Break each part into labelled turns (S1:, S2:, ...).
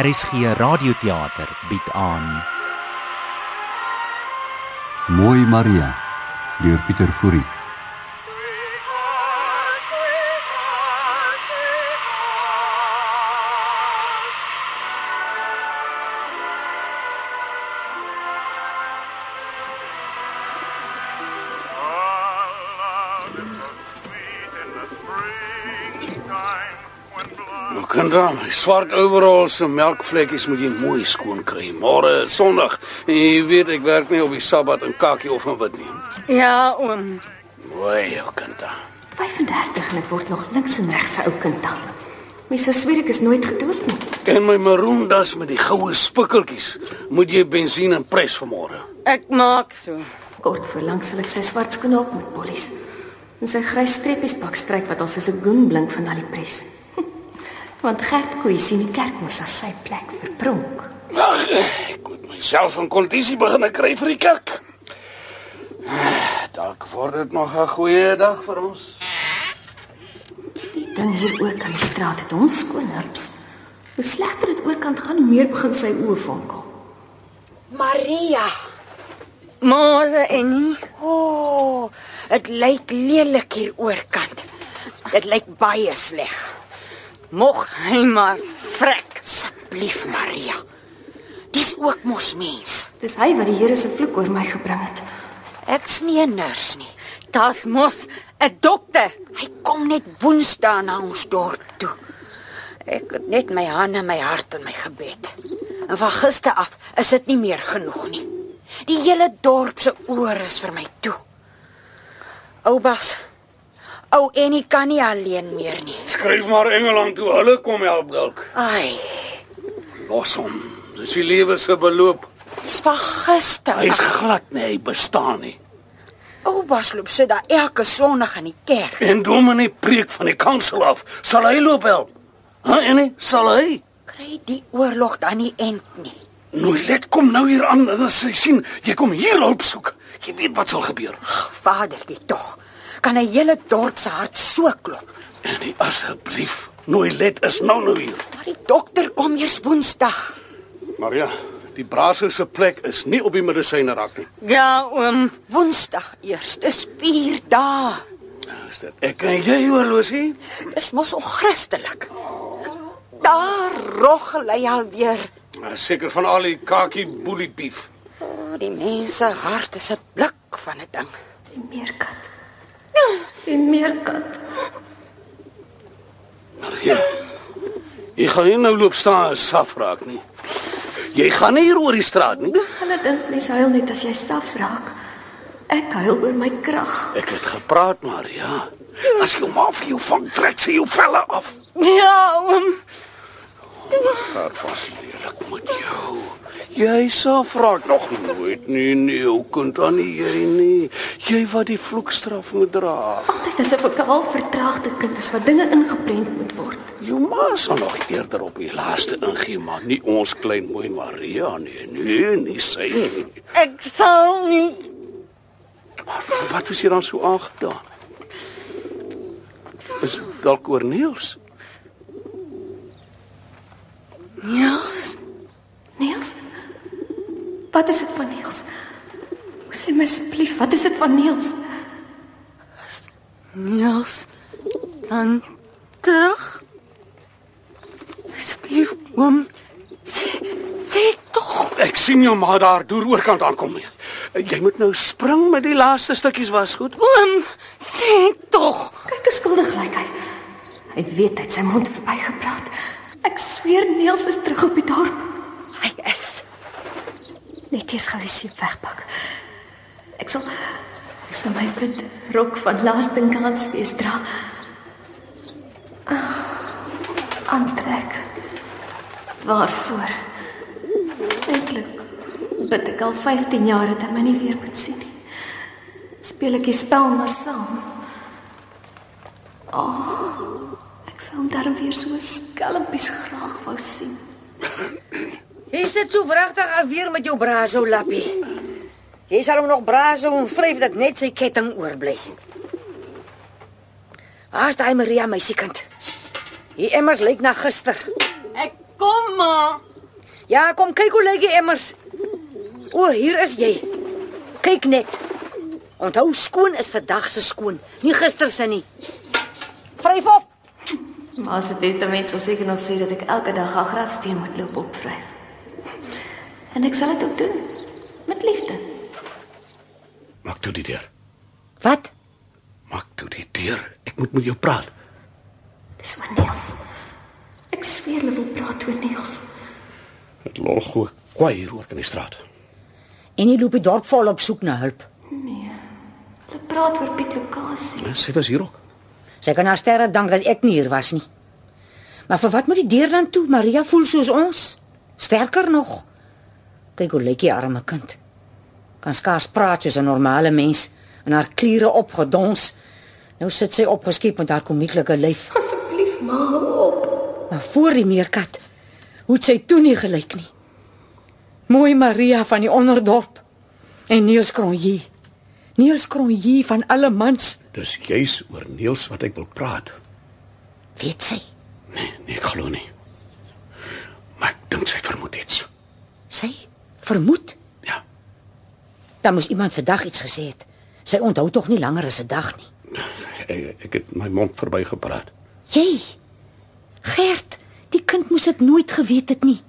S1: RSG Er Radioteater bied aan
S2: Mooi Maria deur Pieter Fourie.
S3: Nou, Kindra, my swart overall se melkvlekkies moet jy mooi skoon kry. Môre is Sondag. En jy weet ek werk nie op die Sabbat in kakie of in wit nie.
S4: Ja, oom.
S3: Mooi, jou Kindra.
S5: 35 en ek word nog links en regs 'n ou kind dan. Mens sou sweer ek is nooit gedood nie.
S3: En my maroon das met die goue spikkeltjies. Moet jy bensien en pres vanmôre.
S4: Ek maak so.
S5: Kort voor langs sal ek sy swart skoene op met pollies. En sy grys streppiespak stryk wat al soos 'n goen blink van al die pres. Want Gert Koei sien die kerk mos as sy plek vir pronk.
S3: Ag, ek moet myself in kondisie begin kry vir die kerk. Dalk word dit nog 'n goeie dag vir ons.
S5: Die ding hier oor kan die straat het ons skoonhurps. Hoe slegter dit oorkant gaan, hoe meer begin sy oë vonkel.
S6: Maria.
S4: Môre en nie.
S6: O, oh, dit lyk lelik hier oorkant. Dit lyk baie sleg.
S4: Mog hy maar vrek.
S6: Asseblief Maria. Dis ook mos mens.
S5: Dis hy wat die Here se vloek oor my gebring het.
S6: Ek's nie 'n nurs nie.
S4: Das mos 'n dokter.
S6: Hy kom net Woensdae na ons dorp toe. Ek het net my hande, my hart en my gebed. En van gister af is dit nie meer genoeg nie. Die hele dorp se oor is vir my toe. Oupas. Ou Annie kan nie alleen meer nie.
S3: Skryf maar Engeland toe, hulle kom help dalk.
S6: Ai,
S3: Los hom. Dis die lewe se beloop.
S6: dis van gister.
S3: Hy's glad nie, hy bestaan nie.
S6: Oupas loop sit daar elke Sondag in die kerk.
S3: En dominee preek van die kansel af. Sal hy loop help? Ha, en hy, sal hy?
S6: Kry die oorlog dan nie end nie.
S3: Nou let kom nou hier aan en as hy sien jy kom hier hulp soek, jy weet wat sal gebeur.
S6: Ag, vadertjie tog. Kan 'n hele dorp se hart so klop.
S3: En hy asseblief, nou let is nou nou hier.
S6: Maar die dokter kom eers Woensdag.
S3: Maria, die braaser se plek is nie op die medisynerak nie.
S4: Ja, oom.
S6: Woensdag eers. Dis 4 dae.
S3: Is dit ek en jy oorlosie?
S6: Dis mos onchristelik. Daar rog lei alweer.
S3: Nou, Seker van al die kakie boelie beef.
S6: O, die mense hart is 'n blik van 'n ding.
S5: Die meerkat. Ja, Die meerkat.
S3: Maria. Ja. Jy gaan nie nou loop staan en saf raak nie. Jy gaan nie hier oor die straat nie.
S5: Hulle dink mens huil net as jy self raak. Ek huil oor my krag.
S3: Ek het gepraat, Maria. As jou ma vir jou vang, trek sy jou velle af.
S4: Ja, oom.
S3: Daar was lelik met jou. Jy sal vraag nog nooit nie, nee, hoe kon dan nie jy nie? Jy wat die vloekstraf moet dra.
S5: Altyd asof ek 'n half vertraagde kind is wat dinge ingeprent moet word.
S3: Jou ma sal nog eerder op die laaste ingee, maar nie ons klein mooi Maria nie. Nee, nie sy nie.
S4: Ek sal nie.
S3: Maar vir wat was jy dan so aangedaan? Is dit dalk oor Niels?
S6: Ja,
S4: Niels,
S5: Niels? Wat is dit van Niels? Hoe sê my asseblief, wat is dit van Niels?
S4: Niels. Dan terug. Asseblief, oom. Sê, sê tog.
S3: Ek sien jou ma daar deur oorkant aankom. nee. Jy moet nou spring met die laaste stukkies was goed.
S4: Oom, sê tog.
S5: Kyk, hoe skuldig lyk hy. Hy weet hy het sy mond verbygepraat. Ek sweer Niels is terug op die dorp.
S6: Hy is.
S5: Net eers gou die siep wegpak. Ek sal ek sal my wit rok van laaste kans wees dra. Ah, Aantrek. Waarvoor? Eintlik bid ek al 15 jaar dat hy my nie weer moet sien nie. Speel ek die spel maar saam. Ah, oh, ek sou hom darm weer so skelmpies graag wou sien.
S7: Jy sit so wragtig alweer met jou braso lappie. Jy sal hom nog braso en vryf dat net sy ketting oorbly. Waar is daai Maria my sekant? Hier emmers lyk na gister.
S4: Ek kom maar.
S6: Ja, kom kyk hoe lyk die emmers. O, hier is jy. Kyk net. Onthou skoon is vandag se skoon, nie gister se nie. Vryf op.
S5: Maar as dit testament sou seker nog sê dat ek elke dag 'n grafsteen moet loop opvryf. En ek sal dit ook doen. Met liefde.
S3: Maak toe die deur.
S6: Wat?
S3: Maak toe die deur. Ek moet met jou praat.
S5: Dis oor Niels. Ek sweer hulle wil praat oor Niels.
S3: Het lolgoe kwaai hier oor in die straat.
S6: En jy loop die dorp vol op soek na hulp.
S5: Nee. Hulle praat oor Piet Lokasie.
S3: Ja, Sy was hier ook.
S6: Sy kan haar sterre dank dat ek nie hier was nie. Maar vir wat moet die deur dan toe? Maria voel soos ons. Sterker nog. Kyk hoe lyk die arme kind. Kan skaars praat soos 'n normale mens en haar kliere opgedons. Nou sit sy opgeskiep met haar komieklike lyf.
S5: Asseblief, ma, hou op.
S6: Maar voor die meerkat hoe het sy toe nie gelyk nie. Mooi Maria van die onderdorp en Niels Kronje. Niels Kronje van alle mans,
S3: Dis juis oor Niels wat ek wil praat.
S6: weet sy.
S3: Nee, nee, ek glo nie. Maar ek dink sy vermoed iets.
S6: Sy vermoed
S3: Ja,
S6: Dan moes iemand vandag iets gesê het. Sy onthou tog nie langer as 'n dag nie.
S3: ek, ek het my mond verbygepraat.
S6: Jy. Gert, die kind moes dit nooit geweet het nie.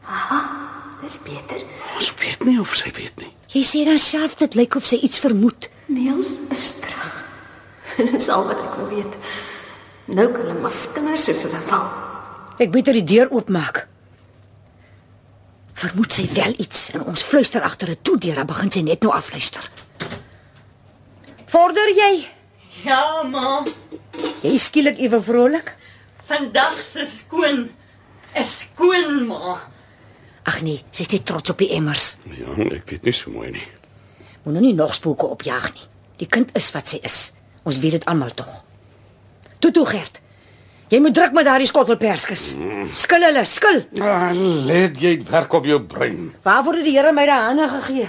S5: Dis beter.
S3: Ons weet nie of sy weet nie.
S6: Jy sê dan self dit lyk of sy iets vermoed.
S5: Niels is terug. Dis al wat ek wil weet. Nou kan hulle maar skinder soos hulle wil.
S6: Ek beter die deur oopmaak. Vermoed sy wel iets en ons fluister agter dit toe deur, dan begin sy net nou afluister. Vorder jy?
S8: Ja, ma.
S6: Jy is skielik ewe vrolik?
S8: Vandag se skoon is skoon, ma.
S6: Ag nee, sy is net trots op die emmers.
S3: Ja, ek weet nie so mooi nie.
S6: Moet nou nie nog spooke opjaag nie. Die kind is wat sy is. Ons weet dit almal tog. Toe toe Gert. Jy moet druk met daardie skottelperskes.
S3: Mm.
S6: Skil hulle, skil.
S3: Ah, let jy werk op jou brein.
S6: Waarvoor het die Here my daai hande gegee?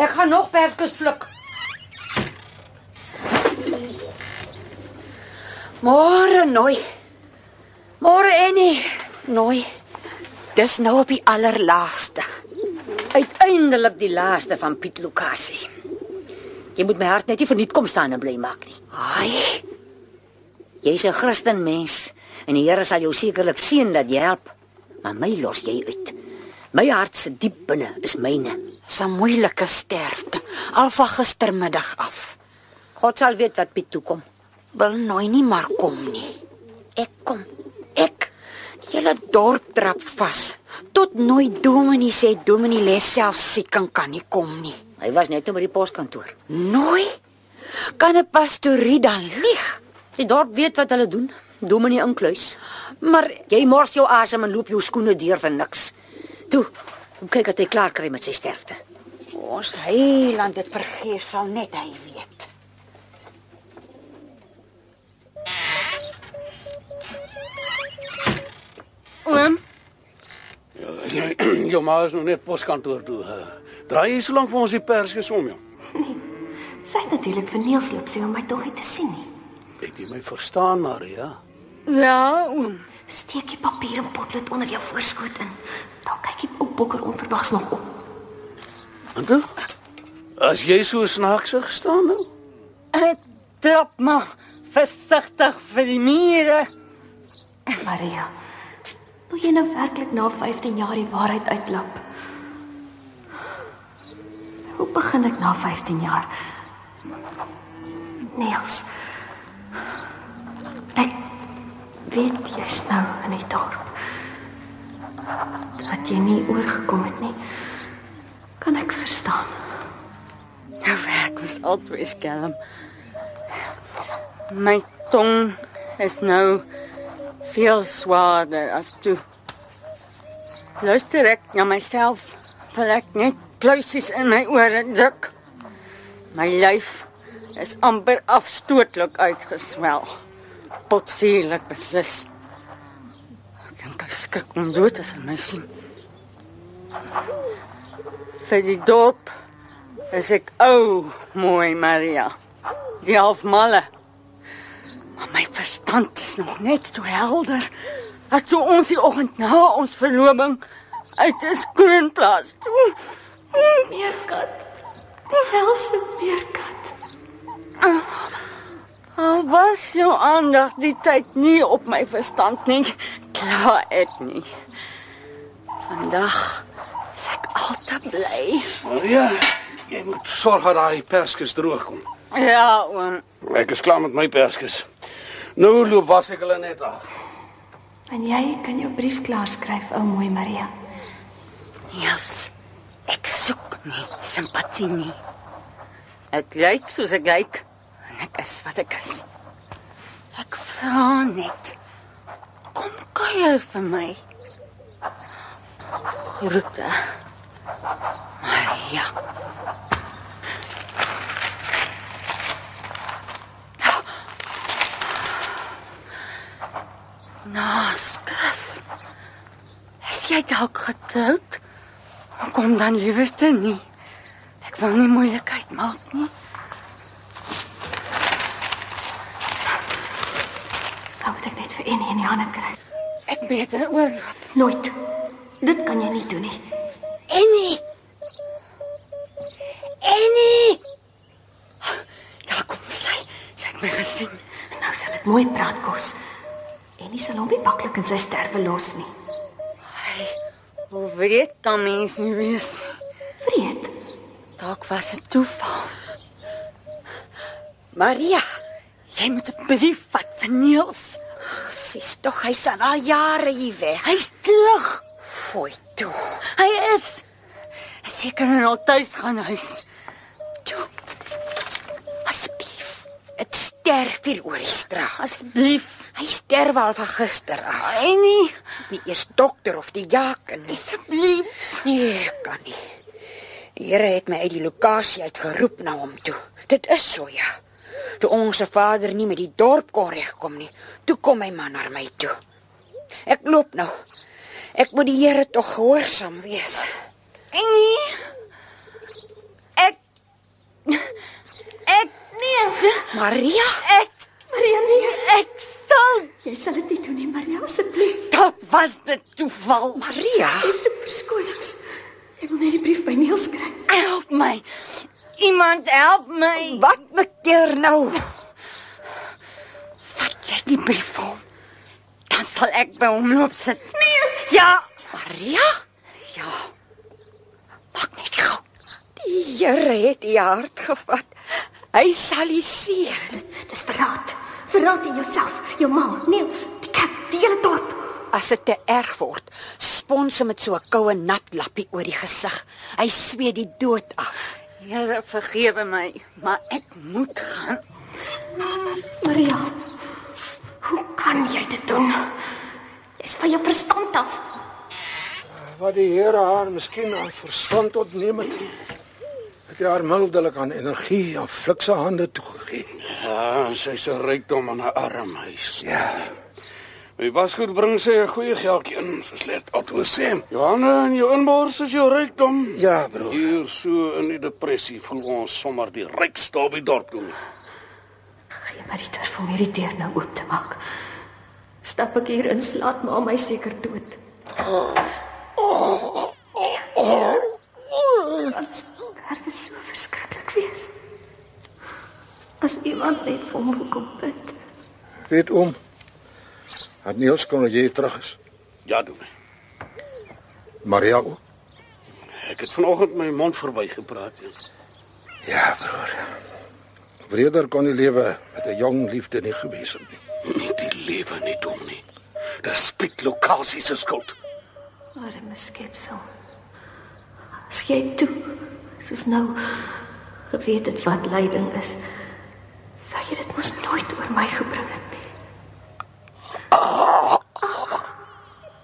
S6: Ek gaan nog perskes pluk.
S9: Môre nooi,
S6: Môre Annie,
S9: nooi. Dis nou op die allerlaaste.
S6: uiteindelik die laaste van Piet Lucasie. Jy moet my hart net nie verniet kom staan en bly maak nie.
S9: Ai,
S6: Jy's 'n Christen mens en die Here sal jou sekerlik seën dat jy help, maar my los jy uit. My hart se diep binne is myne.
S9: so moeilike sterfte al van gistermiddag af.
S6: God sal weet wat Piet toe kom.
S9: Wil nooi nie maar kom nie. Ek kom. Ek. Die Hele dorp trap vas. Tot nooi Dominie sê Dominie les self siek en kan nie kom nie.
S6: Hy was net toe by die poskantoor.
S9: Nooi. Kan 'n pastorie dan lieg?
S6: Die dorp weet wat hulle doen. Dominee inkluis.
S9: Maar
S6: Jy mors jou asem en loop jou skoene deur vir niks. Toe, kom kyk dat hy klaar kry met sy sterfte.
S9: ons heiland dit vergeef sal net hy weet.
S8: Oom,
S3: jou ma is nog nou net poskantoor toe. Eh, Draai hier so lank vir ons die perskes om jou.
S5: Sy het natuurlik vir Niels loop sy om my tog nie te sien nie.
S3: Het jy my verstaan, Maria?
S8: ja, oom.
S5: Steek die papier in potlood onder jou voorskoot in. Daar kyk die ou bokker onverwags nog op.
S3: En toe? As jy so snaaksig staan nou.
S8: Ek trap maar versigtig vir die mure.
S5: Maria. Wil jy nou werklik na 15 jaar die waarheid uitlap? Hoe begin ek na 15 jaar? Niels. Ek weet jy's nou in die dorp. Dat jy nie oorgekom het nie. Kan ek verstaan.
S8: Nou werk ons altyd skelm. My tong is nou veel swaarder as toe. Luister ek na myself, wil ek net pluisies in my ore druk. My lyf is amper afstootlik uitgeswel. Potsielik beslis. Ek dink ek skrik om dood as hy my sien. Vir die dorp is ek ou, mooi Maria. Die halfmalle. Maar my verstand is nog net so helder as toe ons die oggend na ons verloving uit 'n skoonplaas toe.
S5: Meerkat. Die helse meerkat.
S8: Al was jou aandag die tyd nie op my verstand nie, klaar ek nie. Vandag is ek al te bly.
S3: Maria, jy moet sorg dat daai perskes droog kom.
S8: Ja, oom.
S3: Ek is klaar met my perskes. Nou loop was ek hulle net af.
S5: En jy kan jou brief klaar skryf, ou mooi Maria.
S9: Niels, ek soek nie simpatie nie.
S8: Ek lyk soos ek lyk en ek is wat ek is. Ek vra net. Kom kuier vir my. Groete. Maria. Naskrif. Is jy dalk getroud? Kom dan liewerste nie. Ek wil nie moeilikheid maak nie.
S5: Dan Nou moet ek net vir Annie in die hande kry.
S8: Ek beter oorloop.
S5: Nooit. Dit kan jy nie doen nie.
S9: Annie. Annie,
S8: Daar kom sy. Sy het my gesien.
S5: En nou sal dit mooi praat kos. Annie sal hom nie maklik in sy sterwe los nie.
S8: Hy, hoe weet kan mens nie wees nie.
S5: Vreet.
S8: Dalk was dit toeval.
S9: Maria.
S8: Jy moet 'n brief vat vir Niels.
S9: Sis tog, hy sal al jare hier weg.
S8: Hy's terug.
S9: Fooi toe.
S8: Hy is seker nou tuis gaan huis. Toe,
S9: Asseblief. Dit sterf hier oor die straat.
S8: asseblief.
S9: Hy sterf al van gister af.
S8: Annie,
S9: Nie eers dokter of die jaken nie.
S8: asseblief.
S9: Nee, ek kan nie. Die Here het my uit die lokasie uitgeroep na hom toe. Dit is so ja. Toe ons vader nie met die dorp kon regkom nie, toe kom my man na my toe. Ek loop nou. Ek moet die Here tog gehoorsaam wees.
S8: Annie. Ek ek nee,
S9: Maria,
S8: ek Maria nee, ek sal.
S5: Jy sal dit nie doen nie, Maria, asseblief.
S8: Dalk was dit toeval.
S9: Maria,
S5: Dis so verskonings. Jy wil net die brief by Neels kry.
S8: Help my. Iemand help my.
S9: wat mekeer nou?
S8: Vat jy die brief vir hom? Dan sal ek by hom loop sit. Nee. Ja.
S9: Maria,
S8: Ja. Maak net gou.
S9: die Here het u hart gevat. Hy sal u seën.
S5: Dis verraad. Verraad aan jouself, jou ma, Neels, die kerk, die hele dorp.
S9: As dit te erg word, sponse met so 'n koue nat lappie oor die gesig. Hy sweet die dood af.
S8: Here vergewe my, maar ek moet gaan.
S5: Maria. Hoe kan jy dit doen? Jy's van jou verstand af.
S10: Wat die Here haar miskien aan verstand ontneem het, het hy haar mildelik aan energie en flikse hande toegegee.
S3: Ja, en sy se rykdom aan haar arm huis.
S10: Ja.
S3: My wasgoed bring sy 'n goeie geldjie in, soos let Otto sê. Johanna, en jou inbors is jou rykdom.
S10: Ja, broer.
S3: Hier so in die depressie voel ons sommer die rykste op die dorp toe.
S5: Gee my die deur vir hierdie deur nou oop te maak. Stap ek hier in, slaat ma my seker dood. Wat sterwe so verskriklik wees. As iemand net vir hom wil kom bid.
S10: Weet oom. Het Niels kon jy terug is.
S3: Ja, doen my.
S10: Maria ook.
S3: Ek het vanoggend my mond verby gepraat. Ja.
S10: Ja, broer. Breder kon die lewe met 'n jong liefde nie gewees het nie.
S3: Nie die lewe nie doen nie. Dis Piet Lokasie se skuld.
S5: Arme skepsel. Skep toe. Soos nou geweet het wat lyding is. Sou jy dit mos nooit oor my gebring het nie.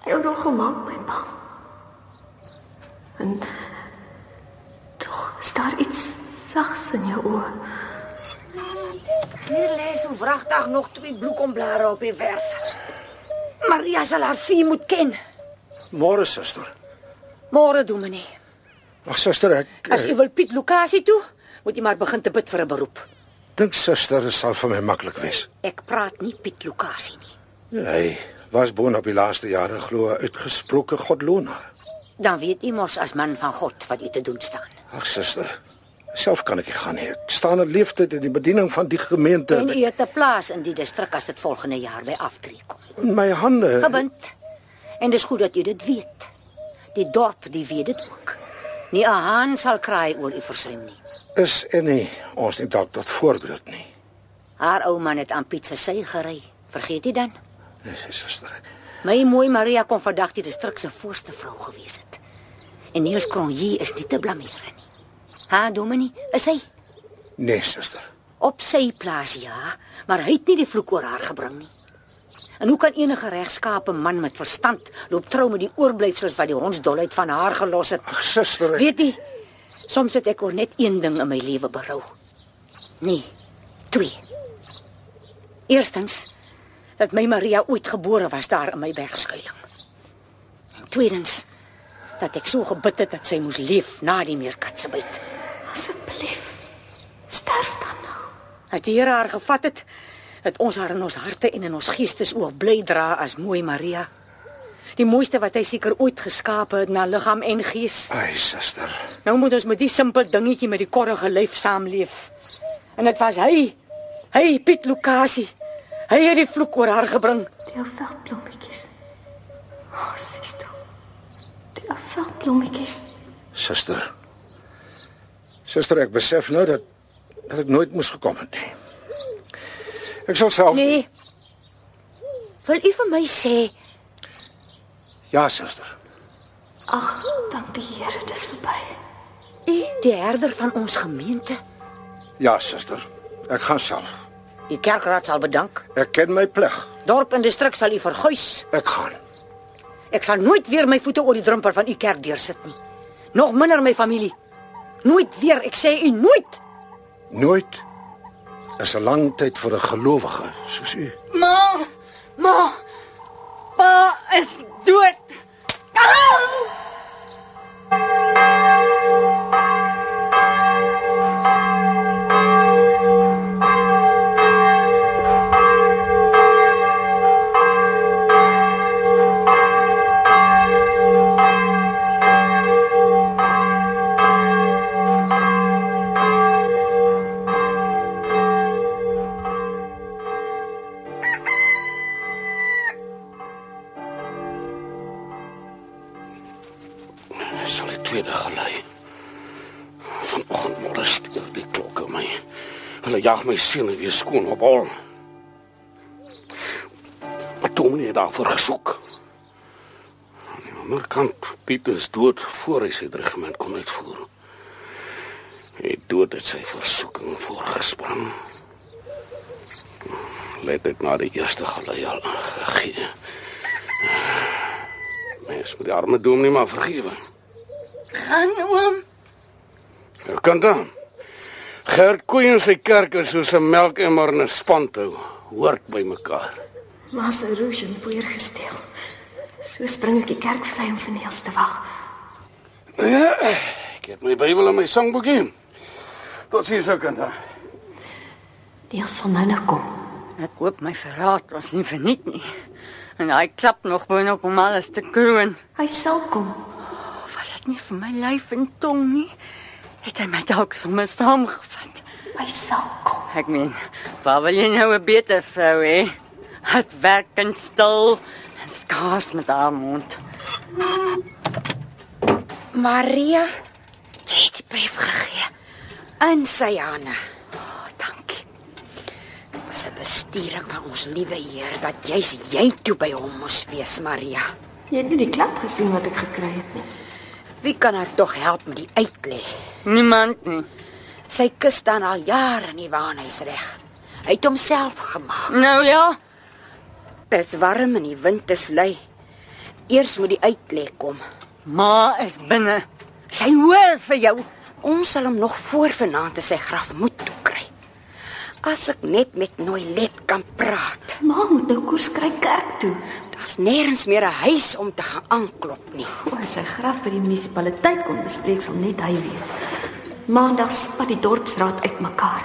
S5: Jou nog gemaak my bang. En tog is daar iets sags in jou oë.
S9: Hier lê so vragtig nog twee bloekomblare op die werf. Maria sal haar vier moet ken.
S10: Môre, suster.
S6: Môre doen meneer.
S10: Ag suster, ek
S6: As u
S10: ek
S6: wil Piet Lucasie toe, moet u maar begin te bid vir 'n beroep.
S10: dink suster dit sal vir my maklik wees.
S6: Ek praat nie Piet Lucasie nie.
S10: Hy was boonop die laaste jare glo 'n uitgesproke godloner.
S6: Dan weet u mos as man van God wat u te doen staan.
S10: Ag suster, self kan ek nie gaan nie. Ek staan 'n leeftyd in die bediening van die gemeente.
S6: En u het 'n plaas in die distrik as dit volgende jaar by aftree kom.
S10: in my hande.
S11: Eh,
S6: Gebind. En dis goed dat u dit weet. Die dorp, die weet dit ook. Nie 'n haan sal kraai oor u versuim nie.
S10: Is en nie ons nie dalk tot voorbeeld nie.
S6: Haar ou man het aan Piet se sy gery. Vergeet u dan?
S10: Dis Nee, suster.
S6: My mooi Maria kon vandag die distrik se voorste vrou gewees het. En Niels Cronje is nie te blameer nie. Ha, Dominie, is hy
S10: Nee suster.
S6: op sy plaas ja, maar hy het nie die vloek oor haar gebring nie. En hoe kan enige regskape man met verstand loop trou met die oorblyfsels wat die hondsdolheid van haar gelos het?
S10: Ag suster. ek-
S6: Weet jy, soms het ek oor net een ding in my lewe berou. Nee, twee. Eerstens dat my Maria ooit gebore was daar in my bergskuiling. En tweedens dat ek so gebid het dat sy moes leef na die meerkat se byt.
S5: Asseblief. Sterf dan nou.
S6: As die Here haar gevat het, het ons haar in ons harte en in ons geestes oog bly dra as mooi Maria. Die mooiste wat hy seker ooit geskape het na liggaam en gees.
S10: Ai suster.
S6: Nou moet ons met die simpel dingetjie met die korrige lyf saamleef. En dit was hy. Hy Piet Lucasie. Hy het die vloek oor haar gebring.
S5: Die ou veldblommetjies. Oh, sister. Die ou veldblommetjies.
S10: Suster. Suster, ek besef nou dat dat ek nooit moes gekom het nie. Ek sal self
S6: Nee. Wil u vir my sê
S10: Ja suster.
S5: Ag, dank die Here, dis verby.
S6: u die herder van ons gemeente?
S10: Ja suster. Ek gaan self.
S6: Die kerkraad sal bedank.
S10: Ek ken my plig.
S6: Dorp en distrik sal u verguis.
S10: Ek gaan.
S6: Ek sal nooit weer my voete oor die drempel van u kerk deursit nie. Nog minder my familie. Nooit weer, ek sê u nooit.
S10: Nooit is 'n lang tyd vir 'n gelowige soos u.
S8: Ma, ma. Pa is dood. Ah!
S3: Dis al die tweede gelei. Vanoggend molesteer die klokke my. Hulle jag my seun weer skoon op hol. Maar toe nie daarvoor gesoek. Aan die ander kant Piet is dood voor hy sy dreigement kon uitvoer. Hy het dood het sy versoeking voorgesprong. Let ek na die eerste gelei al gegee. Mens moet die arme dominee maar vergewe.
S8: Gaan oom.
S3: Hoe kan dan? Gert Koeien se kerk is soos 'n melkemmer en 'n spantou, hoort by mekaar.
S5: Maar sy rouge en poeier gesteel. So spring ek die kerk vry om van Niels te wag.
S3: Ja, ek het my Bybel en my sangboekie. Tot sien sou kan dan.
S5: Niels sal nou nou kom.
S8: Ek hoop my verraad was nie verniet nie. En hy klap nog boonop om alles te kroon.
S5: Hy sal kom.
S8: Of was dit nie vir my lyf en tong nie? Het hy my dalk sommer saamgevat?
S5: Hy sal kom.
S8: Ek meen, waar wil jy nou 'n beter vrou hê? Het werk en stil en skaars met haar mond.
S9: Maria, jy het die brief gegee in sy hande.
S8: Oh, dankie.
S9: Was 'n bestuuring van ons liewe Heer dat jy's jy toe by hom moes wees, Maria.
S5: Jy het nie die klap gesien wat ek gekry het nie.
S9: Wie kan haar tog help met die uitlê?
S8: Niemand nie.
S9: Sy kus dan al jare nie waar hy's reg. Hy het homself gemaak.
S8: Nou ja,
S9: Dis warm en die wind is lui. Eers moet die uitlê kom.
S8: ma is binne. Sy hoor vir jou.
S9: Ons sal hom nog voor vanaand te sy graf moet toe kry. As ek net met Noilet kan praat.
S5: Ma moet nou koers kry kerk toe.
S9: Daar's nêrens meer 'n huis om te gaan aanklop nie.
S5: Oor sy graf by die munisipaliteit kom bespreek sal net hy weet. Maandag spat die dorpsraad uitmekaar.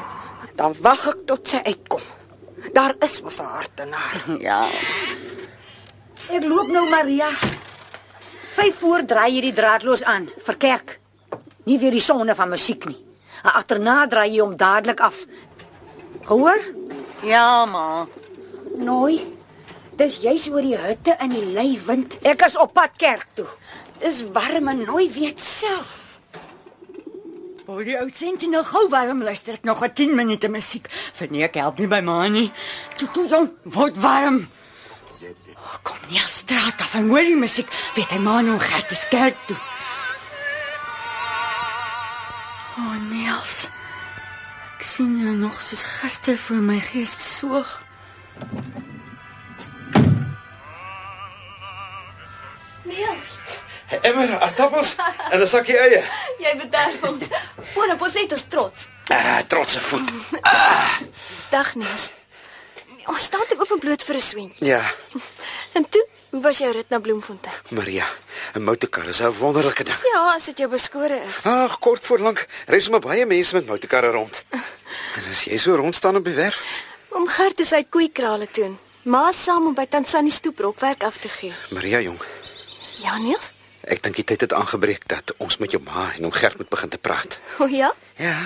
S9: Dan wag ek tot sy uitkom. Daar is mos 'n hart in haar.
S8: Ja.
S6: Ek loop nou Maria. Vyf voor draai jy die draadloos aan vir kerk. Nie weer die sonne van musiek nie. En Agterna draai jy hom dadelik af. Gehoor?
S8: Ja, ma.
S9: Nooi. Dis juis oor die hutte in die lei wind.
S6: Ek is op pad kerk toe.
S9: Dis warm en nooi weet self.
S8: Hoor die ou sentinel gou warm luister ek nog 'n 10 minute musiek. Verneek help nie by my nie. Toe toe jong, word warm. Oh, Kom nie op straat af en hoor die musiek. Weet hy man hoe gaat dit kerk toe. O oh, Niels. Ek sien jou nog soos gister voor my gees soog.
S5: Niels,
S11: Emmer, aardappels en 'n sakkie eie.
S5: jy bederf ons. Oor op ons net ons trots.
S11: Ah, trotse voet.
S5: Dag Niels. Ons staan te openbloot vir 'n swentjie.
S11: Ja,
S5: En toe, hoe was jou rit na Bloemfontein?
S11: Maria, 'n motorkar is 'n wonderlike ding.
S5: Ja, as dit jou beskore is.
S11: Ag, kort voor lank reis maar baie mense met motorkarre rond. En as jy so rond staan op die werf,
S5: Om Gert is uit koeikrale toe. en Ma is saam om by Tansani stoeprok werk af te gee.
S11: Maria jong,
S5: Ja, Niels?
S11: ek dink die tyd het aangebreek dat ons met jou ma en hom Gert moet begin te praat.
S5: O ja,
S11: Ja.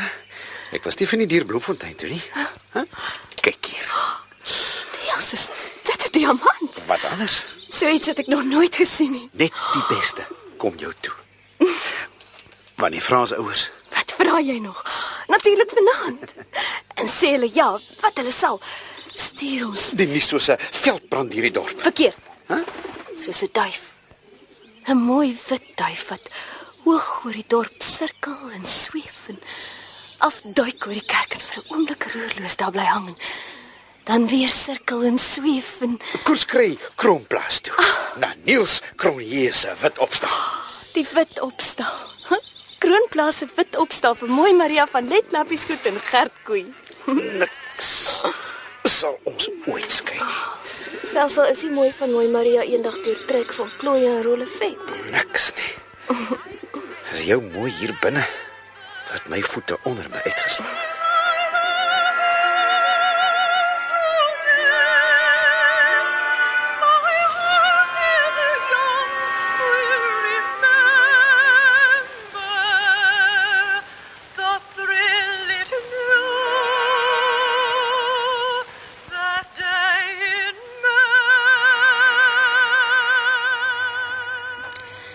S11: Ek was nie van die dier Bloemfontein toe nie. Huh? Kyk hier.
S5: Niels is dit 'n diamant.
S11: Wat anders?
S5: So iets het ek nog nooit gesien nie.
S11: Net die beste kom jou toe. Wanneer vra ons ouers?
S5: Wat vra jy nog? Natuurlik vanaand. En sê hulle ja, wat hulle sal. Stuur ons
S11: Dit is soos 'n veldbrand hierdie dorp.
S5: verkeerd. Hæ? Soos 'n duif. 'n Mooi wit duif wat hoog oor die dorp sirkel en sweef en afduik oor die kerk en vir 'n oomblik roerloos daar bly hang. en Dan weer sirkel en sweef en
S11: Koers kry Kronplaas toe. Na Niels Kronje se wit opstaan.
S5: Die wit opstal. Kroonplaas se wit opstal vir mooi Maria van Letknappies goed en Gert Koei.
S11: Niks sal ons ooit skei nie.
S5: Selfs al is hy mooi van mooi Maria eendag deurtrek van plooie en rolle vet.
S11: Niks nie. Is jou mooi hier binne wat my voete onder my uitgeslaan het.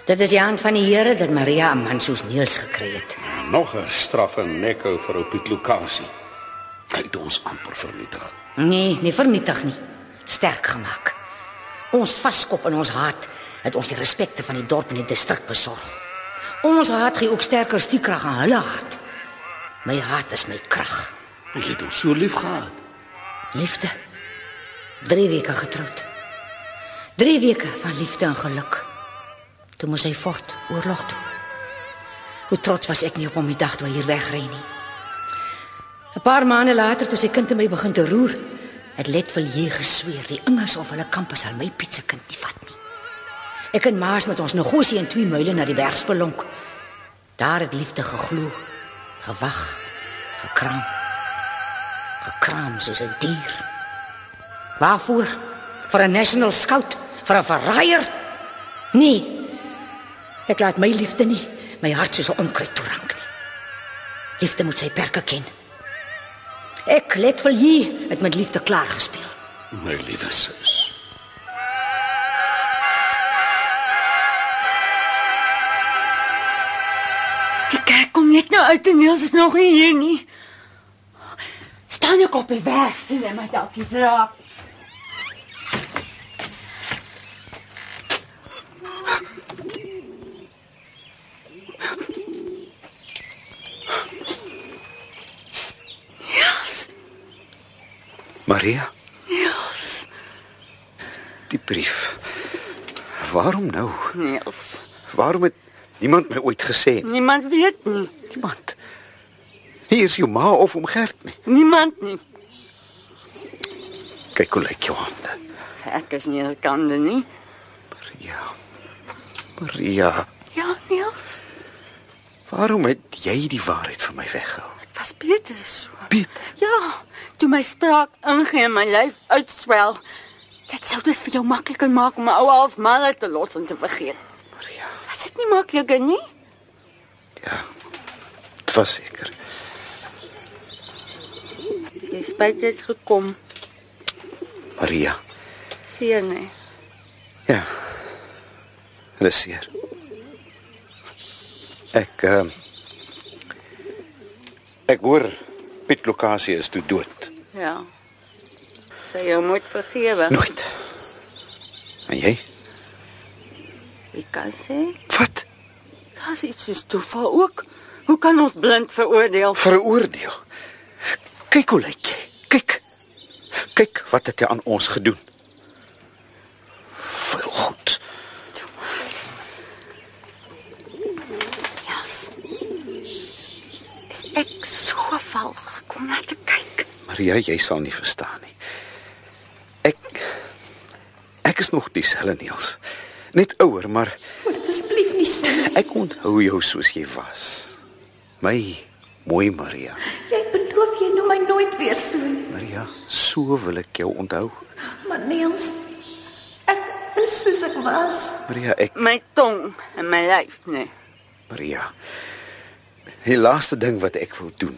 S6: Dit is die hand van die Here dat Maria 'n man soos Niels gekry het.
S3: Nog 'n straf en nekko vir op Piet Lucasie. Hy het ons amper vernietig.
S6: Nee, nie vernietig nie. Sterk gemaak. Ons vaskop en ons haat het ons die respekte van die dorp en die distrik besorg. Ons haat gee ook sterker stiekrag aan hulle haat. My haat is my krag.
S3: Hy het ons so lief gehad.
S6: Liefde. 3 weke getroud. 3 weke van liefde en geluk. Toe moes hy voort oorlog toe. Hoe trots was ek nie op hom die dag toe hy hier wegry nie. 'n Paar maande later toe sy kind in my begin te roer, het let wil jy gesweer die Engels of hulle kamp sal my Piet se kind nie vat nie. Ek en Maas met ons negosie en twee muile na die berg belonk. Daar het liefde geglo, gewag, gekraam gekraam soos 'n dier. Waarvoor? Vir 'n national scout, vir 'n verraaier? Nee. Ek laat my liefde nie my hart soos 'n onkruid toerank nie. Liefde moet sy perke ken. Ek let vir jy het met liefde klaar gespeel.
S3: My liewe sus.
S8: Die kerk kom net nou uit en Niels is nog nie hier nie. Staan ek op die werf, sien jy my dalk iets raak.
S11: Maria? Niels. Die brief. Waarom nou?
S8: Niels.
S11: Waarom het niemand my ooit gesê nie?
S8: Niemand weet nie.
S11: Niemand. Nie eens jou ma of oom Gert nie.
S8: Niemand nie.
S11: Kyk hoe lyk jou hande.
S8: Ek is nie gekande nie.
S11: Maria. Maria,
S8: Ja, Niels.
S11: waarom het jy die waarheid van my weggehou?
S8: Dit was beter so.
S11: Piet,
S8: Ja, toe my spraak ingeen my lyf uitswel. Dit sou dit vir jou makliker maak om 'n ou half malle te los en te vergeet.
S11: Maria.
S8: nie makliker nie.
S11: Ja, Dit was seker.
S8: Jy spyt jy's gekom,
S11: Maria.
S8: seun. hè.
S11: Ja. Hulle is seer. Ek ehm ek hoor Piet Lokasie is toe dood.
S8: Ja. Sy jou moet vergewe.
S11: Nooit. En jy?
S8: Wie kan sê?
S11: Wat?
S8: Daar's iets soos toeval ook. Hoe kan ons blind veroordeel?
S11: Veroordeel. Kyk hoe lyk jy. Kyk. Kyk wat het jy aan ons gedoen. Veel goed.
S5: Ja.
S8: Is ek so val gekom na te kyk?
S11: Maria, jy sal nie verstaan nie. Ek ek is nog dieselfde Niels. Net ouer, maar
S5: Moet asseblief nie sê nie.
S11: ek onthou jou soos jy was. My mooi Maria.
S5: Jy beloof jy nou my nooit weer so nie.
S11: Maria, so wil ek jou onthou.
S5: Maar Niels, ek is soos ek was.
S11: Maria, ek
S8: My tong en my lyf, nee.
S11: Maria. Die laaste ding wat ek wil doen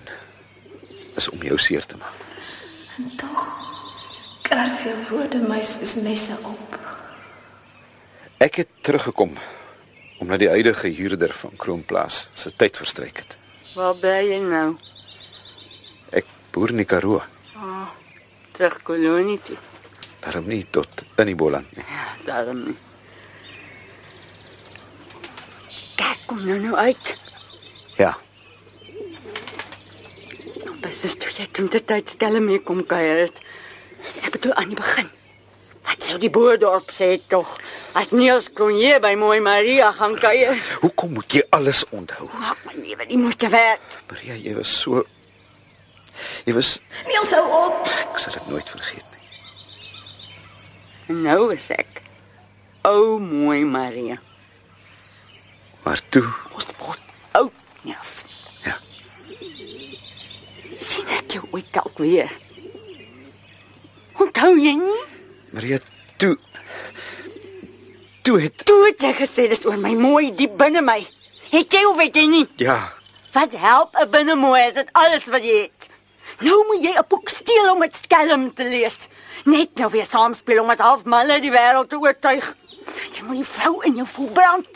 S11: is om jou seer te maak.
S5: En tog kerf jou woorde my soos messe op.
S11: Ek het teruggekom omdat die huidige huurder van Kroonplaas se tyd verstryk het.
S8: Waar bly jy nou?
S11: Ek boer in die Karoo,
S8: Terug kolonie toe.
S11: daarom nie tot in die Boland nie.
S8: Ja, daarom nie. Kyk, kom nou nou uit.
S11: Ja,
S8: Bes is toe jy toen dit tyd stel mee kom kuier het. Ek bedoel aan die begin. Wat sou die boerdorp sê tog? As Niels Kronje by mooi Maria gaan kuier,
S11: hoekom moet jy alles onthou?
S8: maak my lewe nie moeite werd.
S11: Maria, jy was so Jy was
S5: Niels hou op.
S11: ek sal dit nooit vergeet nie.
S8: En nou is ek ou mooi Maria.
S11: Maar toe,
S8: Ons word oud, Niels.
S11: ja,
S8: Sien ek jou ooit dalk weer? Onthou jy nie?
S11: Maria, toe toe het
S8: Toe het jy gesê dis oor my mooi diep binne my. Het jy of weet jy nie?
S11: ja,
S8: Wat help 'n binnemooi as dit alles wat jy het? Nou moet jy 'n boek steel om dit skelm te lees. Net nou weer saamspeel om as halfmalle die wêreld te oortuig. Jy moet die vrou in jou voel brand.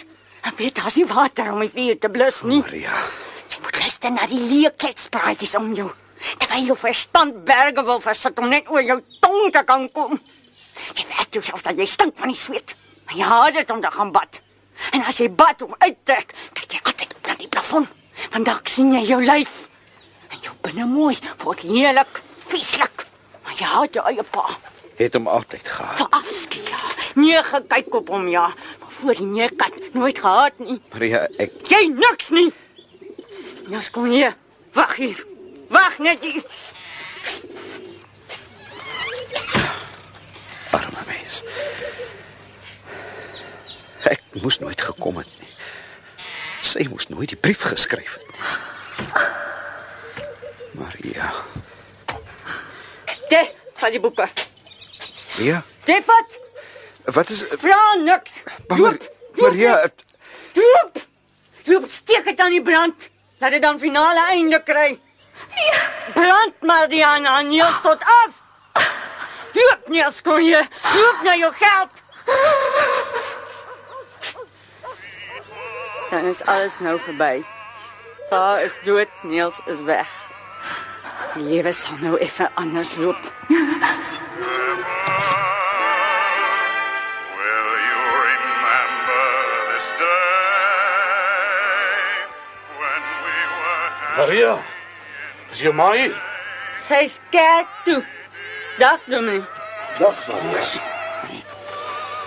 S8: En weet daar's nie water om die vuur te blus nie.
S11: Maria.
S8: Jy moet luister na die leekheidspraatjies om jou. Terwyl jou verstand berge wil versit om net oor jou tong te kan kom. Jy werk jouself dat jy stink van die sweet. Maar jy haat dit om te gaan bad. En as jy bad om uit te trek, kyk jy altyd op na die plafon. Vandag sien jy jou lyf. En jou binne mooi word lelik, vieslik. Maar jy haat jou eie pa.
S11: Het hom altyd gehaat.
S8: Vir afskie ja. Nee, gekyk op hom ja. Maar voor die neerkat nooit gehaat nie.
S11: Maria, ek
S8: Jy niks nie. Jy's kom hier. Wag hier. Wag net hier.
S11: Arme mens. Ek moes nooit gekom het nie. Sy moes nooit die brief geskryf het nie. Maria.
S8: Dit vat die boeke.
S11: Ja,
S8: Dit vat
S11: wat is
S8: vra niks.
S11: maar, Maria, het-
S8: Loop! Loop, steek dit aan die brand. Laat dit dan finale einde kry. Nee. Brand maar die aan aan jou tot af. Loop nie as kon jy. Loop na jou geld. Dan is alles nou verby. Pa is dood, Niels is weg. Die lewe sal nou effe anders loop.
S12: Will you remember this day when we were
S3: Maria, is jou ma hier?
S8: Sy skerp toe. Dag Dominee.
S10: Dag Maria.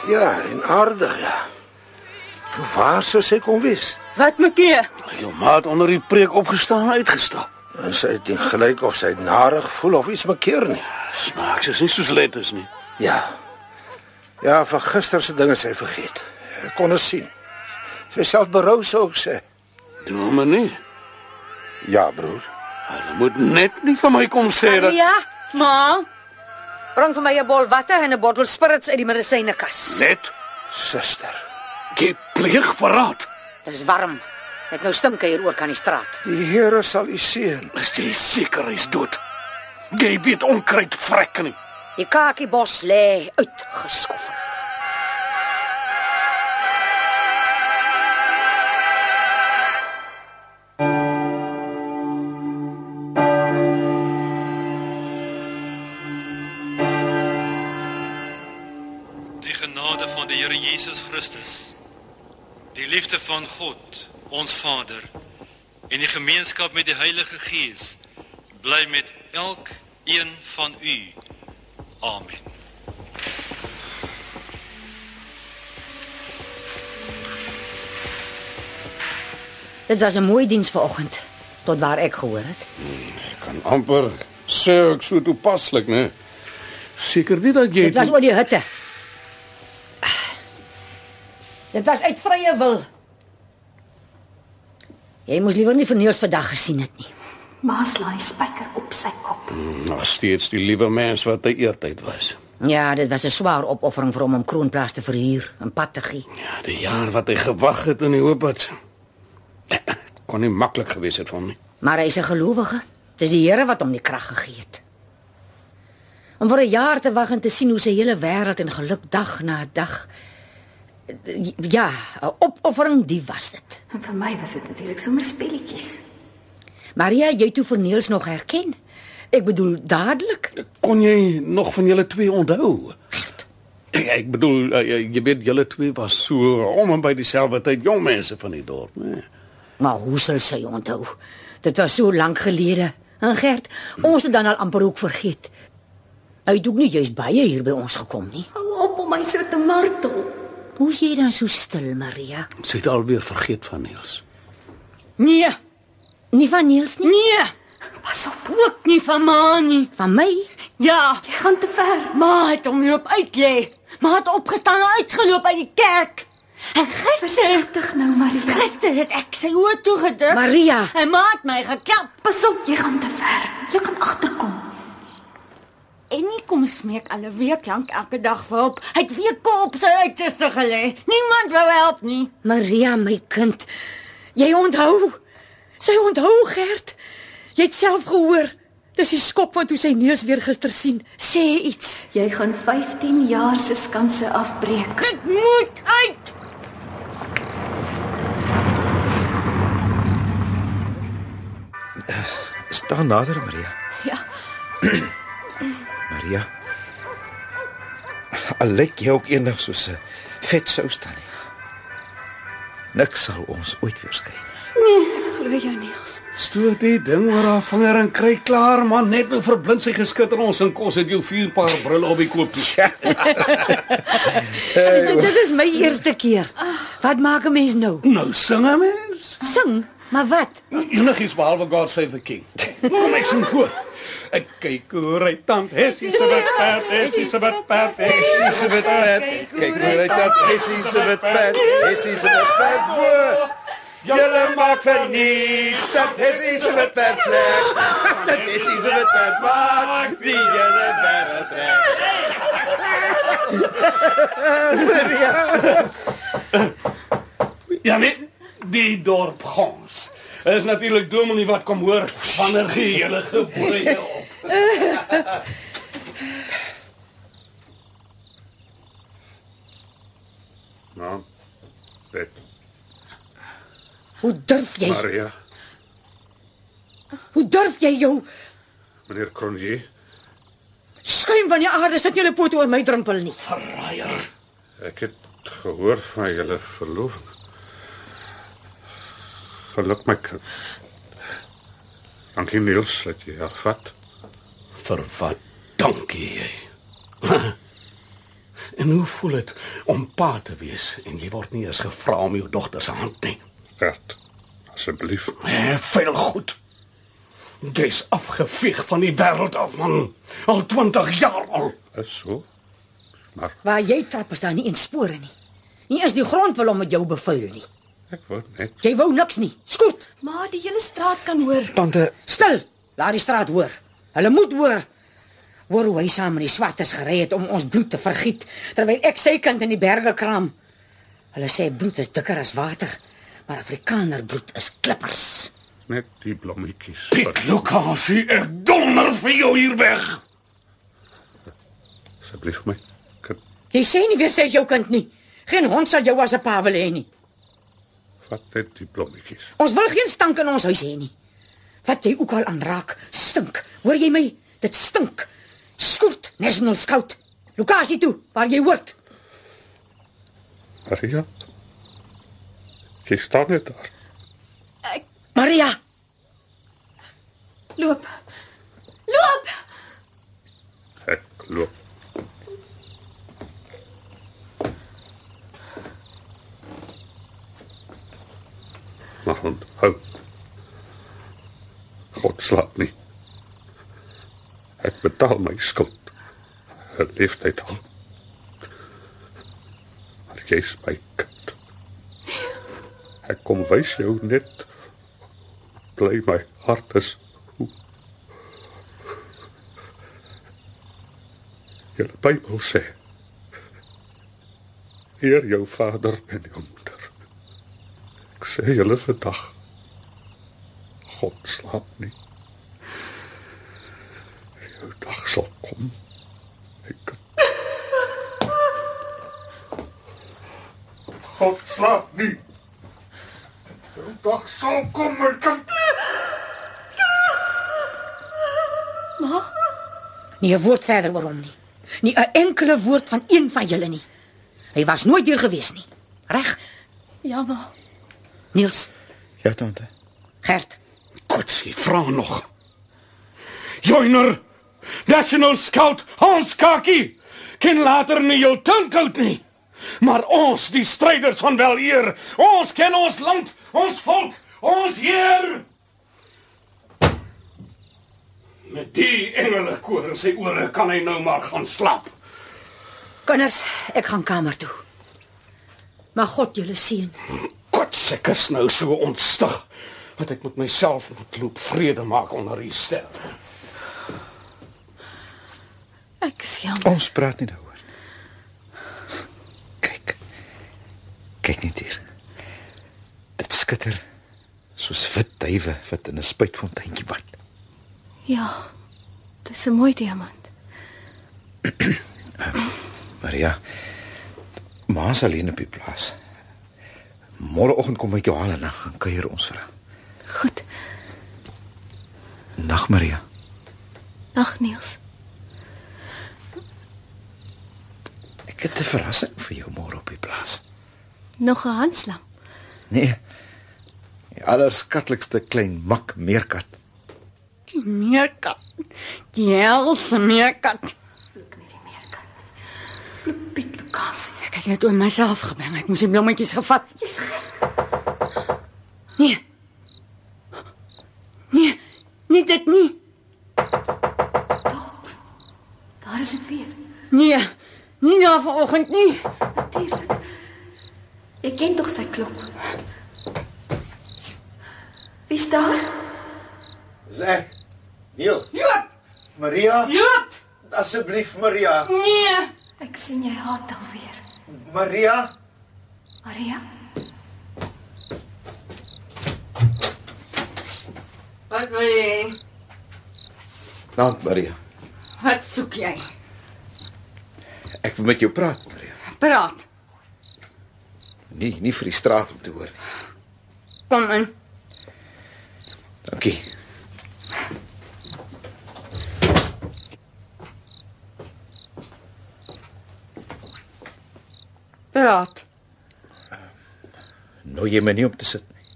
S10: Ja, en aardig ja. Waar sou sy kon wees?
S8: Wat maak jy?
S3: Jou ma het onder die preek opgestaan en uitgestap.
S10: En sy het nie gelyk of sy narig voel of iets mekeer nie.
S3: Snaaks, is nie soos letters nie.
S10: Ja. Ja, van gister se dinge sy vergeet. Ek kon dit sien. Sy self berou sou ek sê.
S3: Doen hom maar nie.
S10: Ja, broer.
S3: Hulle moet net nie van my kom sê dat
S6: Maria,
S8: Ma,
S6: bring vir my 'n bol water en 'n bottel spirits uit die medisynekas.
S3: net
S10: Suster.
S3: jy pleeg verraad.
S6: Dis warm. Ek nou stinkuier oor kan die straat.
S10: Die Here sal u seën.
S3: Is jy seker hy's dood? Jy weet onkruid vrek nie.
S6: Die kakiebos lê uitgeskof.
S13: Die genade van die Here Jesus Christus, die liefde van God, ons Vader, en die gemeenskap met die Heilige Gees bly met elkeen van u. Amen.
S6: Dit was 'n mooi diens vanoggend, tot waar ek gehoor het.
S3: Kan amper sê ek so toepaslik, né? Seker nie dat jy
S6: Dit was oor die hutte. Dit was uit vrye wil. Jy moes liewer nie verneus vandag gesien het nie.
S5: Maas laai spyker op sy kop.
S3: nog steeds die liewe mens wat hy eertyd was.
S6: Ja, dit was 'n swaar opoffering vir hom om Kroonplaas te verhuur, 'n pad te gee.
S3: Ja, die jaar wat hy gewag het in die hoop dat Ja, kon nie maklik gewees het vir hom nie.
S6: Maar hy is 'n gelowige. Dis die Here wat hom die krag gegee het. Om vir 'n jaar te wag en te sien hoe sy hele wêreld in geluk dag na dag ja, 'n opoffering die was dit.
S5: En vir my was dit natuurlik sommer spelletjies.
S6: Maria, jy toe vir Niels nog herken? Ek bedoel dadelik.
S3: Kon jy nog van julle twee onthou? Ek, ek bedoel eh, eh, jy weet julle twee was so om en by dieselfde tyd jong mense van die dorp, né?
S6: Maar hoe sal sy onthou? Dit was so lank gelede. En Gert, ons het dan al amper ook vergeet. Hy het ook nie juist baie hier by ons gekom nie.
S5: Hou op om my so te martel.
S6: Hoe's jy dan so stil, Maria?
S3: Sy het alweer vergeet van Niels.
S6: Nee. Nie van Niels nie.
S8: Nee.
S5: Pas op.
S8: Ook nie van ma nie.
S6: Van my?
S8: Ja,
S5: Jy gaan te ver.
S8: ma het hom loop uit lê. Ma het opgestaan en uitgeloop uit die kerk. En gister,
S5: Versigtig nou, Maria.
S8: gister het ek sy oë toegedruk.
S6: Maria.
S8: En ma het my geklap.
S5: Pas op, jy gaan te ver. Jy gaan agterkom.
S8: En nie kom smeek al 'n week lank elke dag vir hulp. Hy het weer kop op sy uiterste gelê. Niemand wou help nie.
S6: Maria, my kind. Jy onthou? Sy onthou Gert. Jy het self gehoor. Dis die skop wat toe sy neus weer gister sien. Sê iets.
S5: Jy gaan 15 jaar se skanse afbreek.
S8: Dit moet uit.
S11: Staan nader, Maria.
S5: Ja.
S11: Maria. Al lyk jy ook eendag soos 'n vet sous dan. Niks sal ons ooit weer skei. nie.
S5: Glo jou Niels.
S3: Stoot die ding oor haar vinger en kry klaar, man, net nou verblind sy geskitter ons en kos het jou vier paar brille op die koop toe.
S6: Dit, dit is my eerste keer. Wat maak 'n mens nou?
S3: Nou sing 'n mens. Nou,
S6: Sing, maar wat?
S3: Enigiets behalwe God Save the King. Kom ek sing voor. Ek kyk hoe ry tant Hessie se wat perd, Hessie se wat perd, Hessie
S11: Essie se wit perd. Kyk hoe hy dat Essie se wit perd. Essie se wit perd. woe. Julle maak verniet dat Essie se wit perd sleg. Dat Essie se wit perd maak die hele wêreld reg.
S3: Ja nee, die dorp gons. Is natuurlik dominee wat kom hoor wanneer gee julle geboorte op.
S12: Mam. Dit
S6: Hoe durf jy?
S12: Maria,
S6: Hoe durf jy jou
S12: meneer Cronje,
S6: skuim van die aarde sit julle poot oor my drempel nie?
S3: Verraaier.
S12: ek het gehoor van julle verloving. Geluk my kind. Dankie Niels dat jy haar vat.
S3: Vir wat dankie jy. En hoe voel dit om pa te wees en jy word nie eens gevra om jou dogter se hand nie.
S12: Gert. Asseblief.
S3: Eh, veel goed. Jy's afgeveeg van die wêreld af man. Al 20 jaar al.
S12: Is so. Maar
S6: Waar jy trap is daar nie eens spore nie. Nie eens die grond wil om met jou bevuil nie.
S12: ek word net
S6: Jy wou niks nie. Skoot.
S5: Maar die hele straat kan hoor.
S11: Tante,
S6: Stil. Laat die straat hoor. Hulle moet hoor. Hoor hoe hy saam met die swartes gery het om ons bloed te vergiet terwyl ek sy kind in die berge kraam. Hulle sê bloed is dikker as water, maar Afrikanerbloed is klippers.
S12: Net die blommetjies.
S3: Piet Lucas, ek donder vir jou hier weg.
S12: Asseblief my.
S6: Jy sê nie weer sê jou kind nie. Geen hond sal jou as 'n pa wil hê nie.
S12: Vat net die blommetjies.
S6: Ons wil geen stank in ons huis hê nie. Wat jy ook al aanraak, stink. Hoor jy my? Dit stink. Skort, National Scout. Lokasie toe waar jy hoort.
S12: Maria. Jy staan net daar.
S6: Maria,
S5: Loop. Loop.
S12: Ek loop. Maar hond, hou. God slaap nie. Ek betaal my skuld. Haar leeftyd al. Maar jy is my kind. Ek kom wys jou net bly my hart is hoe. Jy die Bybel sê: Eer jou vader en jou moeder. Ek sê julle vandag God slaap nie. Jou dag sal kom. God slaap nie. Jou dag sal kom, my kind.
S5: Ma,
S6: nie 'n woord verder oor hom nie. Nie 'n enkele woord van een van julle nie. Hy was nooit hier gewees nie. Reg?
S5: ja ma.
S6: Niels,
S3: Ja, tante.
S6: Gert,
S3: Kotsie, vra nog. Joiner, National Scout Hans Kaki. Ken later nie jou tong koud nie. Maar ons, die stryders van weleer, ons ken ons land, ons volk, ons heer. Met die engele koor in sy ore kan hy nou maar gaan slaap.
S6: kinders, ek gaan kamer toe. Mag God julle seën.
S3: Kotsie, ek is nou so ontstig dat ek met myself moet loop vrede maak onder die sterre.
S5: Ek is jammer.
S11: Ons praat nie daaroor. Kyk. Kyk net hier. Dit skitter soos wit duwe wat in 'n spuitfonteintjie bad.
S5: Ja. Dis 'n mooi diamant.
S11: Maria. Ma's alleen op die plaas. Môreoggend kom ek jou haal en dan gaan kuier ons vir.
S5: Goed.
S11: Nag Maria.
S5: Nag Niels.
S11: Ek het 'n verrassing vir jou môre op die plaas.
S5: Nog 'n handslam.
S11: Nee. Die allerskatlikste klein mak meerkat.
S8: Die meerkat. Die helse meerkat.
S5: Piet Lucas.
S8: Ek het dit oor myself gebring. Ek moes die blommetjies gevat.
S5: Jy's gek.
S8: Nee. Nee, nie dit nie.
S5: Daar is dit weer.
S8: Nee. Nie na vanoggend nie.
S5: Jy ken tog sy klop. Wie's daar?
S14: Dis ek. Niels. Joop. Maria. Joop. Asseblief Maria.
S8: Nee.
S5: Ek sien jy haat alweer.
S14: Maria.
S5: Maria,
S8: Wat wil jy?
S11: Dank Maria.
S8: Wat soek jy?
S11: Ek wil met jou praat. Maria.
S8: Praat.
S11: Nee, nie vir die straat om te hoor nie.
S8: Kom in.
S11: Dankie.
S8: Praat.
S11: Nou jy my nie op te sit nie.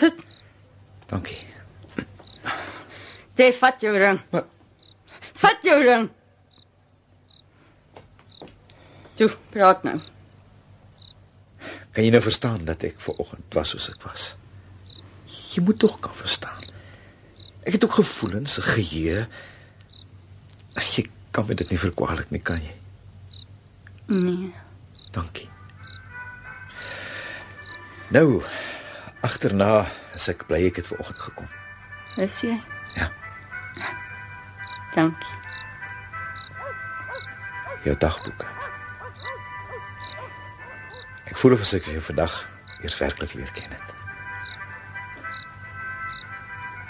S8: Sit.
S11: Dankie.
S8: Jy vat jou ring.
S11: Wat?
S8: Vat jou ring. Toe, praat nou.
S11: Kan jy nou verstaan dat ek ver oggend was soos ek was? Jy moet tog kan verstaan. Ek het ook gevoelens, 'n geheue. Ag, Jy kan my dit nie verkwalik nie, kan jy?
S8: Nee.
S11: Dankie. Nou, agterna is ek bly ek het ver oggend gekom.
S8: Is jy?
S11: Ja.
S8: Dankie.
S11: Jou dagboeke. Ek voel of as ek jou vandag eers werklik leer ken het.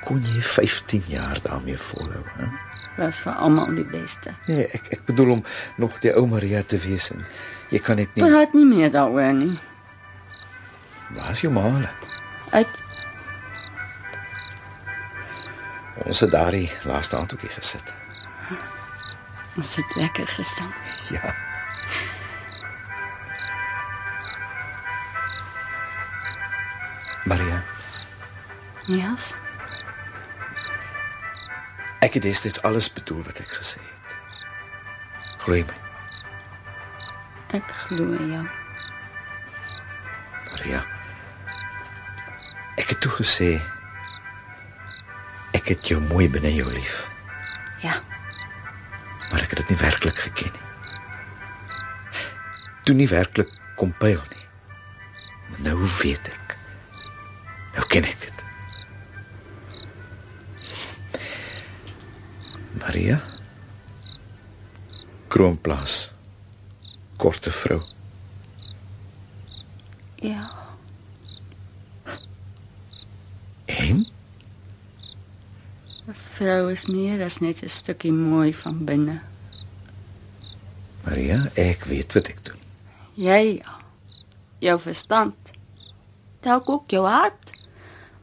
S11: kon jy 15 jaar daarmee volhou, hè?
S8: Was vir almal die beste.
S11: Nee, ek ek bedoel om nog die ou Maria te wees en jy kan dit nie.
S8: Praat nie meer daaroor nie.
S11: Waar is jou ma? hulle?
S8: Uit
S11: Ons het daardie laaste aand ook hier gesit.
S8: ons het lekker gestaan.
S11: Ja. Maria,
S8: Ja. Yes.
S11: ek het destyds alles bedoel wat ek gesê het. Glo my,
S8: Ek glo in jou.
S11: Maria. Ek het toe gesê ek het jou mooi binne jou lief,
S8: Ja.
S11: maar ek het dit nie werklik geken nie. Toe nie werklik kom pyl nie. Maar nou weet ek. Nou ken ek dit. Maria Kroonplaas. Korte vrou.
S8: Ja.
S11: En
S8: 'n Vrou is meer as net 'n stukkie mooi van binne.
S11: Maria, ek weet wat ek doen.
S8: Jy ja. Jou verstand. Dalk ook jou hart.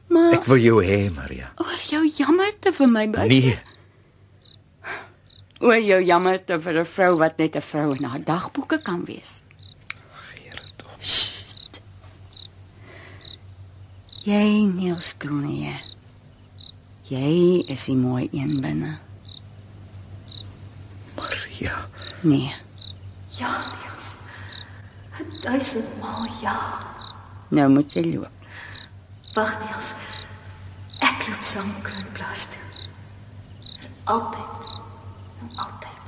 S8: Maar
S11: Ek wil jou hê, Maria.
S8: oor jou jammerte vir my buik.
S11: Nee,
S8: Oor jou jammerte vir 'n vrou wat net 'n vrou in haar dagboeke kan wees. Geer dit op. Jy Niels Kronie. Jy is die mooi een binne.
S11: Maria.
S8: Nee,
S5: Ja, Niels. 'n Duisendmaal ja.
S8: nou moet jy loop.
S5: Wag, Niels. Ek loop saam Kroonplaas toe. Vir altyd. En altyd.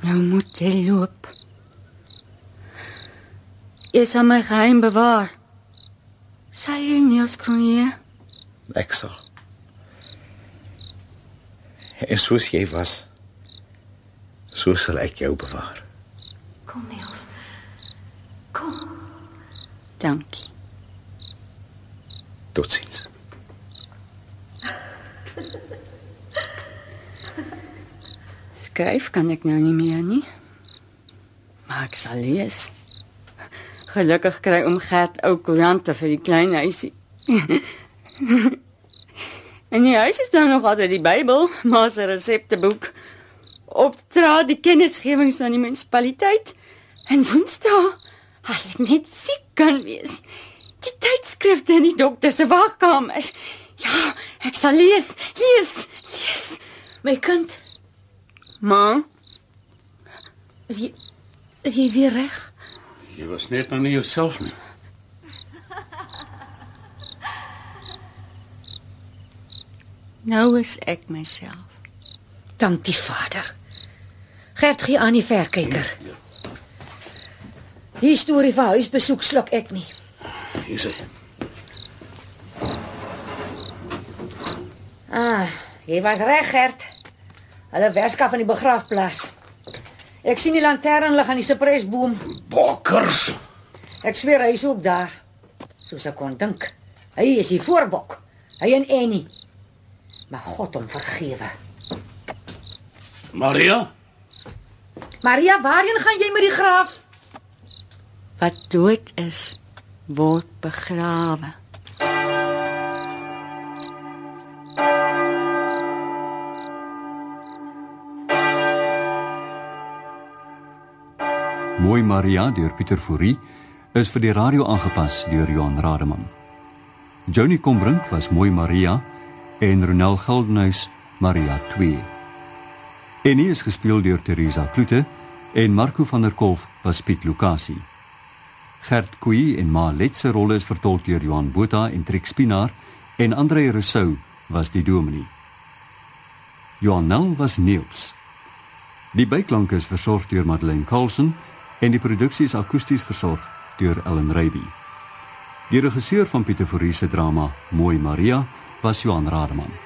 S8: Nou moet jy loop. Jy sal my geheim bewaar. Sal jy Niels Kronie?
S11: Ek sal. En soos jy was, so sal ek jou bewaar.
S5: Kom, Niels.
S8: Dankie.
S11: Totsiens.
S8: Skryf kan ek nou nie meer nie. Maar ek sal lees. Gelukkig kry om Gert ou koerante vir die klein huisie. en die huis is nou nog altyd die Bybel, maar se resepteboek opdra die kennisgewings van die munisipaliteit en Woensdae as ek net siek kan wees. Die tydskrifte in die dokter se wagkamer. Ja, ek sal lees, lees, lees. My kind, Ma? Is jy is jy weer reg?
S3: Jy was net aan jouself nie.
S8: Nou is ek myself.
S6: Dankie Vader. Gert gee aan die verkyker. Die storie van huisbesoek sluk ek nie.
S3: Hier sê.
S6: Ah, jy was reg Gert. Hulle werska van die begrafplaas. Ek sien die lantern lig aan die sepresboom.
S3: Bokkers.
S6: Ek sweer hy is ook daar. Soos ek kon dink. Hy is die voorbok. Hy en Annie. Maar God hom vergewe.
S3: Maria,
S6: Maria, waarheen gaan jy met die graf?
S8: Wat dood is, word begrawe.
S2: Mooi Maria deur Pieter Fourie is vir die radio aangepas deur Johan Rademan. Johnny Combrink was Mooi Maria en Ronel Geldenhuys Maria 2. Annie is gespeel deur Teresa Klute en Marco van der Kolf was Piet Lukasi. Gert Koey en Ma Letser rolle is vertolk deur Johan Botha en Trix Pinaar en Andre Rousseau was die dominee. Johan Nel was Niels. Die byklank is versorg deur Madeleine Carlsen en die produksie is akoesties versorg deur Ellen Reiby. Die regisseur van Pieter Fourie se drama Mooi Maria was Johan Rademan.